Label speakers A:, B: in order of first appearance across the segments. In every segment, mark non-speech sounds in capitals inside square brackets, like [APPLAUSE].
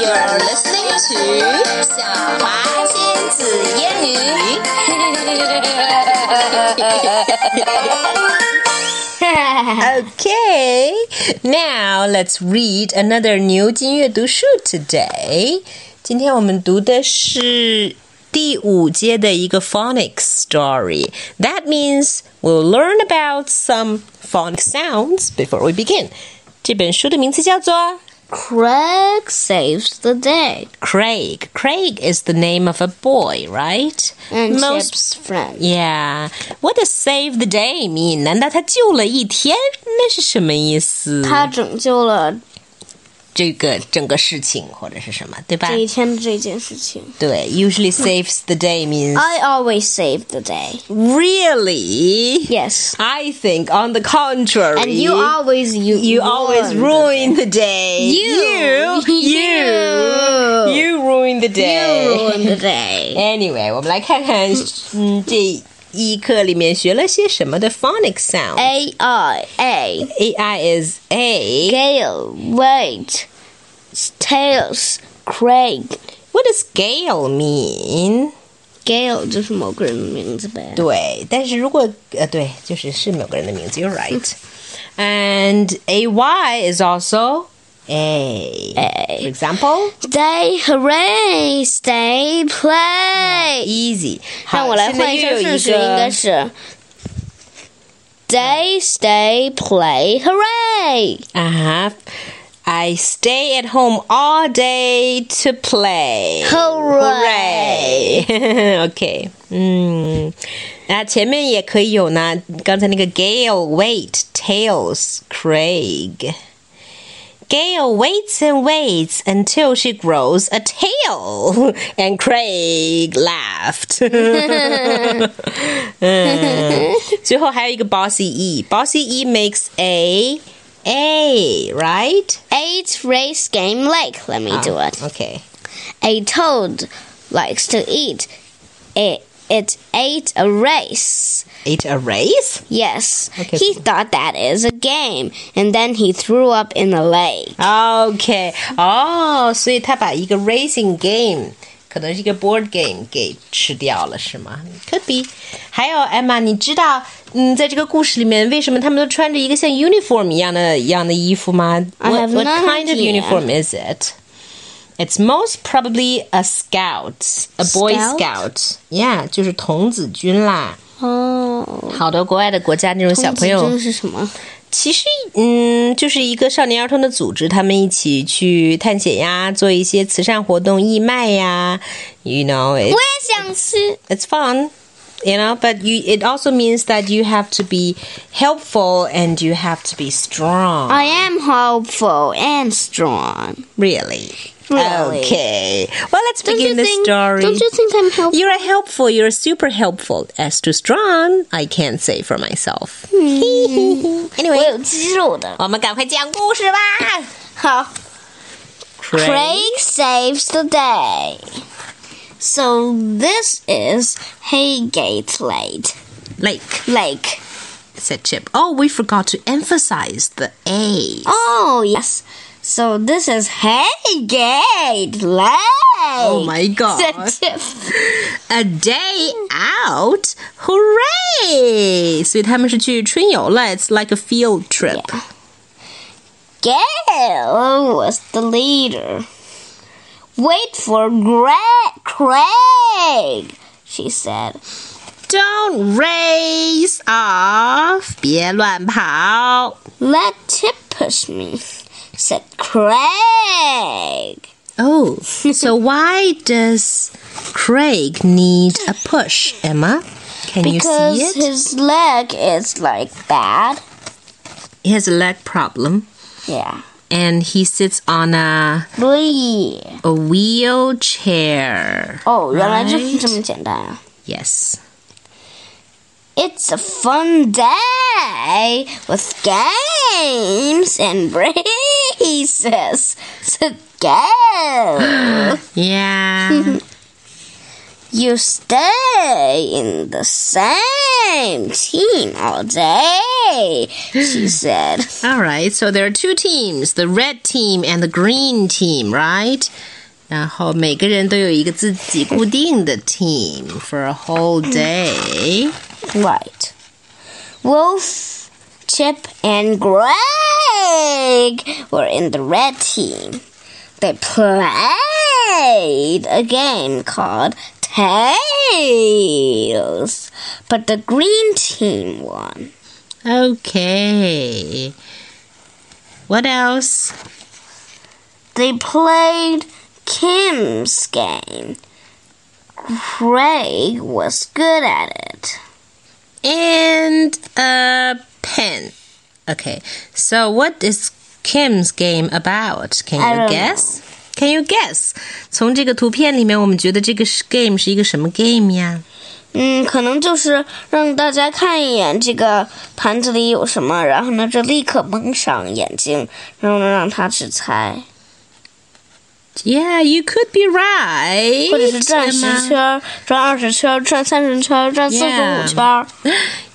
A: You're listening to 小华仙子烟 [LAUGHS] 女。
B: Okay, now let's read another New 金阅读 shoot today. 今天我们读的是第五阶的一个 phonics story. That means we'll learn about some phonic sounds before we begin. 这本书的名字叫做
C: Craig saves the day.
B: Craig. Craig is the name of a boy, right?
C: And
B: Most
C: Chip's friend.
B: Yeah. What does save the day mean? 难道他救了一天？那是什么意思？
C: 他拯救了
B: 这个整个事情或者是什么，对吧？
C: 这一天的这件事情。
B: 对，usually saves the day means
C: I always save the day.
B: really.
C: Yes.
B: I think on the contrary,
C: And you always you
B: you always ruin the day.
C: [LAUGHS] You.
B: you
C: [LAUGHS]
B: you you ruin the day.
C: You ruin the day.
B: Anyway，我们来看看，嗯，这一课里面学了些什么的 phonic sound。
C: A I A
B: A I is A.
C: Gale wait tails Craig
B: What does Gale mean?
C: Gale 就是某个人的名字呗。
B: 对，但是如果呃，对，就是是某个人的名字。You're
C: [LAUGHS]
B: right. And a y is also a.
C: A.
B: For example,
C: Day hooray stay play。
B: easy.
C: 让
B: 好，
C: 我来
B: 现在
C: 换一下
B: 又有
C: 顺
B: 一
C: 序，应该
B: 个
C: 是 Day stay play hooray。
B: 啊哈。I stay at home all day to play.
C: Hooray.
B: Hooray. [LAUGHS] okay. 嗯，那前面也可以有呢。刚才那个 Gale wait tails Craig. Gail waits and waits until she grows a tail. [LAUGHS] And Craig laughed. [LAUGHS] Mm. 嗯，最后还有一个 bossy e. Bossy e makes a a right.
C: Eight race game lake. Let me do it.
B: Okay.
C: A toad likes to eat. It, it ate a race.
B: It a race.
C: Yes.
B: Okay.
C: He thought that is a game, and then he threw up in the lake.
B: Okay. Oh, 哦，所以他把一个 racing game。可能是一个 board game 给吃掉了，是吗？Could be。还有 Emma，你知道，嗯，在这个故事里面，为什么他们都穿着一个像 uniform 一样的-一样的衣服吗？
C: I
B: What-
C: have
B: what
C: no
B: kind of
C: idea.
B: uniform is it? It's most probably a scout, a boy
C: Scout?
B: scout. Yeah，就是童子军啦。
C: 哦，
B: 好多国外的国家那种 Oh.
C: Oh,
B: 小朋友
C: 这是什么？
B: 其实，嗯，就是一个少年儿童的组织，他们一起去探险呀，做一些慈善活动、义卖呀。You know, it,
C: 我也想吃。
B: it's fun. You know, but you it also means that you have to be helpful and you have to be strong.
C: I am hopeful and strong.
B: really?
C: Really.
B: Okay. Well, let's
C: Don't
B: begin
C: you
B: the
C: think?
B: story.
C: Don't you think I'm helpful?
B: You're a helpful. You're super helpful. As to strong, I can't say for myself.
C: Hmm.
B: anyway, Ah!
C: 我有肌肉的。
B: 我们赶快讲故事吧。
C: 好。Craig saves the day. So this is Haygate Lake.
B: Lake,
C: Lake.
B: said Chip. Oh, we forgot to emphasize the A.
C: Oh yes. So this is Haygate Lake.
B: Oh
C: [LAUGHS]
B: my god.
C: Said Chip.
B: A day out! Hooray! 所以他们是去春游了。It's like a field trip.
C: Gale was the leader. Wait for Gra- Craig, she said.
B: Don't race off! 别乱跑.
C: Let Chip push me, said Craig.
B: [LAUGHS] Oh, so why does Craig need a push, Emma? Can
C: Because
B: you see it?
C: his leg is like bad.
B: He has a leg problem
C: Yeah.
B: and he sits on a,
C: Bleed. Oh,
B: a wheelchair.
C: 哦，原来就是这么简单啊。
B: Yes.
C: It's a fun day with games and [LAUGHS] races, said
B: [GASPS]
C: [LAUGHS] Gale. [LAUGHS]
B: Yeah.
C: You stay in the same team all day, Yay! She said.
B: All right, so there are two teams, the red team and the green team, right? 然后每个人都有一个自己固定的 team for a whole day.
C: Right. Wolf, Chip, and Greg were in the red team. They played a game called Tails, but the green team won.
B: Okay. What else?
C: They played Kim's game. Greg was good at it.
B: And a pen. Okay, so what is Kim's game about? Can
C: I
B: you
C: don't
B: guess? Can you guess? 从这个图片里面，我们觉得这个是 game 是一个什么 game 呀？
C: 嗯，可能就是让大家看一眼这个盘子里有什么，然后呢，就立刻蒙上眼睛，然后呢，让他去猜，
B: Yeah, you could be right.
C: 或者是转十
B: Emma.
C: 圈儿，转二十圈儿，转三十圈儿，转四十五
B: Yeah
C: 圈儿。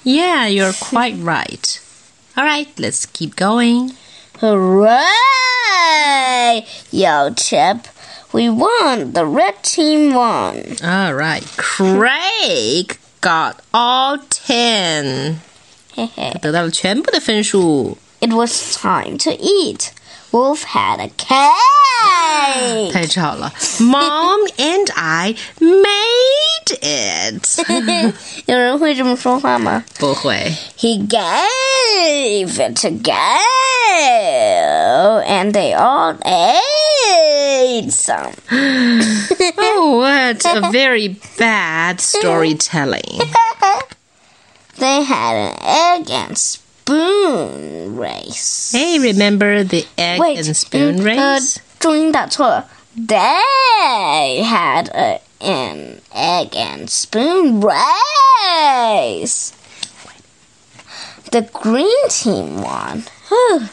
B: Yeah, you're quite right. All right, let's keep going.
C: Hooray! Yo, Chip, we won. The red team won.
B: All right, Craig got all ten.
C: 嘿嘿。
B: 得到了全部的分数。
C: It was time to eat. Wolf had a cake.
B: 太吵了。Mom and I made it.
C: [LAUGHS] 有人会这么说话吗？
B: 不会。
C: He gave it to Gail, and they all ate some. [LAUGHS]
B: Oh, what a very bad storytelling.
C: They had an egg and spoon race.
B: Hey, remember the egg and spoon
C: mm,
B: race?
C: 呃，重音打错了。They had a, an egg and spoon race. The green team won. Whew.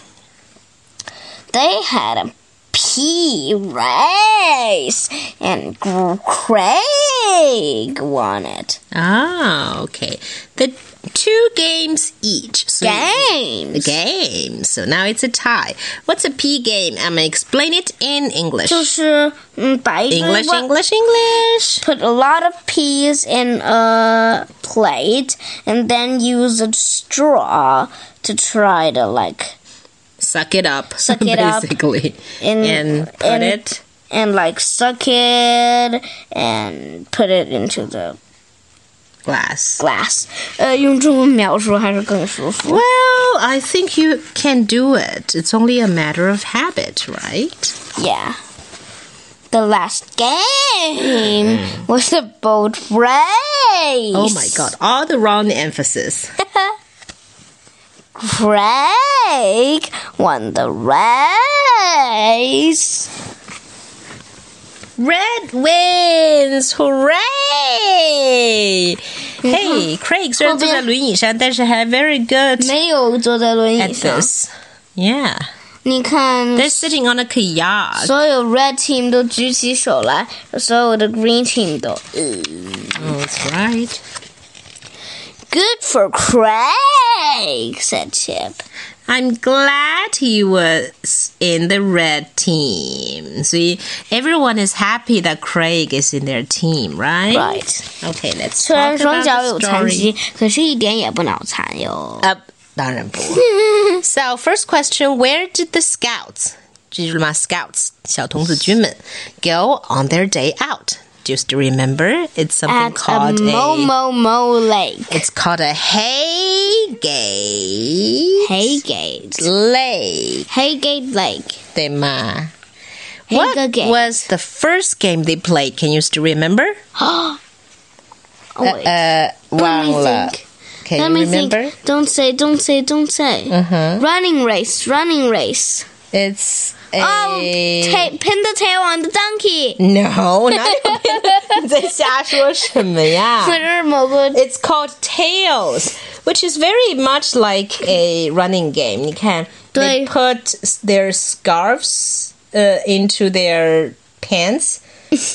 C: They had a pea race, and Gr- Craig won it.
B: Ah, okay. The two games each. So The
C: Games.
B: game. So now it's a tie. What's a P game? I'm gonna explain it in English.
C: 就是嗯，把一堆
B: English,
C: 外
B: English, English.
C: put a lot of peas in a plate and then use a straw to try to like
B: Suck it up. [LAUGHS]
C: Suck it up.
B: basically.
C: In-
B: and put
C: in-
B: it.
C: and like suck it and put it into the
B: Glass.
C: glass. Uh, 呃，用中文描述还是更舒服。
B: Well, I think you can do it. It's only a matter of habit, right?
C: Yeah. The last game was the boat race.
B: Mm. Oh my god, all the wrong emphasis.
C: Craig won the race.
B: Red wins! Hooray! Hey, Craig 虽然坐在轮椅上，但是 had very good
C: 没有坐在轮
B: at
C: 椅上。
B: this. Yeah.
C: 你看，
B: They're sitting on a kayak.
C: 所有 red team 都举起手来，所有的 green team 都。嗯
B: Oh, that's right.
C: Good for Craig," said Chip.
B: I'm glad he was in the red team. See, everyone is happy that Craig is in their team, right?
C: Right.
B: Okay, let's
C: 虽然
B: talk
C: 双
B: about
C: 脚有
B: the
C: 残
B: story.
C: 疾，可是一点也不脑残哟。
B: Uh, 当然不。so, first question, where did the scouts, 记住了吗? scouts, 小童子军们, go on their day out? Just remember, it's something
C: At a
B: called
C: mo mo mo lake,
B: It's called a Haygate
C: Haygate,
B: Lake.
C: Haygate Lake. [GASPS]
B: 对吗？What
C: Haygate.
B: was the first game they played? Can you still remember?
C: Oh, wait.
B: Uh,
C: Let me
B: 忘了。
C: think.
B: Can
C: Let
B: you
C: me
B: remember? Uh-huh.
C: think. Don't say, don't say, don't say. Running race, running race.
B: It's a [LAUGHS]
C: Oh, ta- pin the tail on the donkey.
B: no, not [LAUGHS]
C: [LAUGHS]
B: It's
C: 可是某个
B: called tails, which is very much like a running game. You can they
C: 对。
B: put their scarves uh, into their [LAUGHS] pants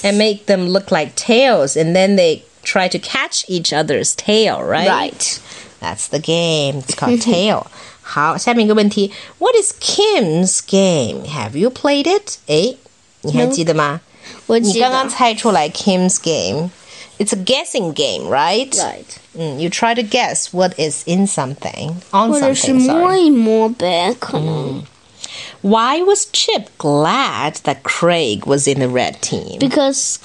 B: and make them look like tails, and then they try to catch each other's tail, right?
C: Right.
B: That's the game. It's [LAUGHS] called tail. 好，下面一个问题。What is Kim's game? Have you played it? Eh? 诶，你还记得吗？
C: 我记得
B: 你刚刚猜出来 Kim's game. It's a guessing game, right?
C: right，
B: 嗯, Mm, you try to guess what is in something, on
C: 或者是
B: something.
C: 摸
B: Sorry. Mm.
C: 一摸呗，可能。
B: Why was Chip glad that Craig was in the red team?
C: because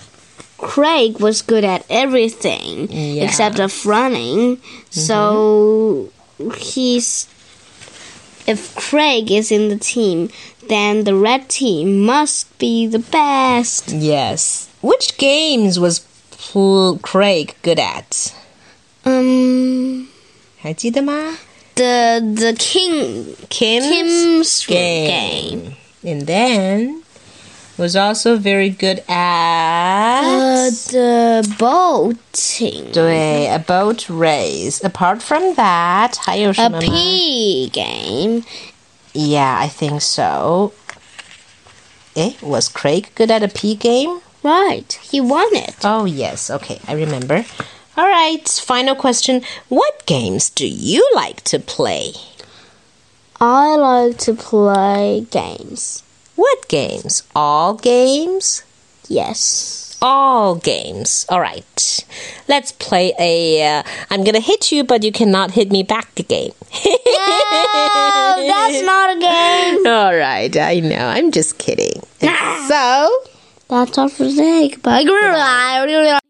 C: Craig was good at everything
B: Yeah. Mm-hmm.
C: except of running. So he's if Craig is in the team, then the red team must be the best.
B: Yes. Which games was Pl- Craig good at?
C: Um,
B: 还记得吗？
C: the the king
B: Kim's,
C: Kim's
B: game.
C: game.
B: And then was also very good
C: Uh,
B: at
C: the boating.
B: 对 a boat race. Apart from that,
C: A
B: 还有什么吗？
C: P game.
B: Yeah, I think so. 诶 was Craig good at a P game?
C: Right, he won it.
B: Oh yes, okay, I remember. All right, final question. What games do you like to play?
C: I like to play games.
B: What games? All games?
C: Yes. [LAUGHS]
B: all games. All right. Let's play a uh, I'm going to hit you, but you cannot hit me back game. [LAUGHS]
C: No, that's not a game.
B: all right. I know. [LAUGHS] I'm just kidding. so.
C: That's all for today. Goodbye.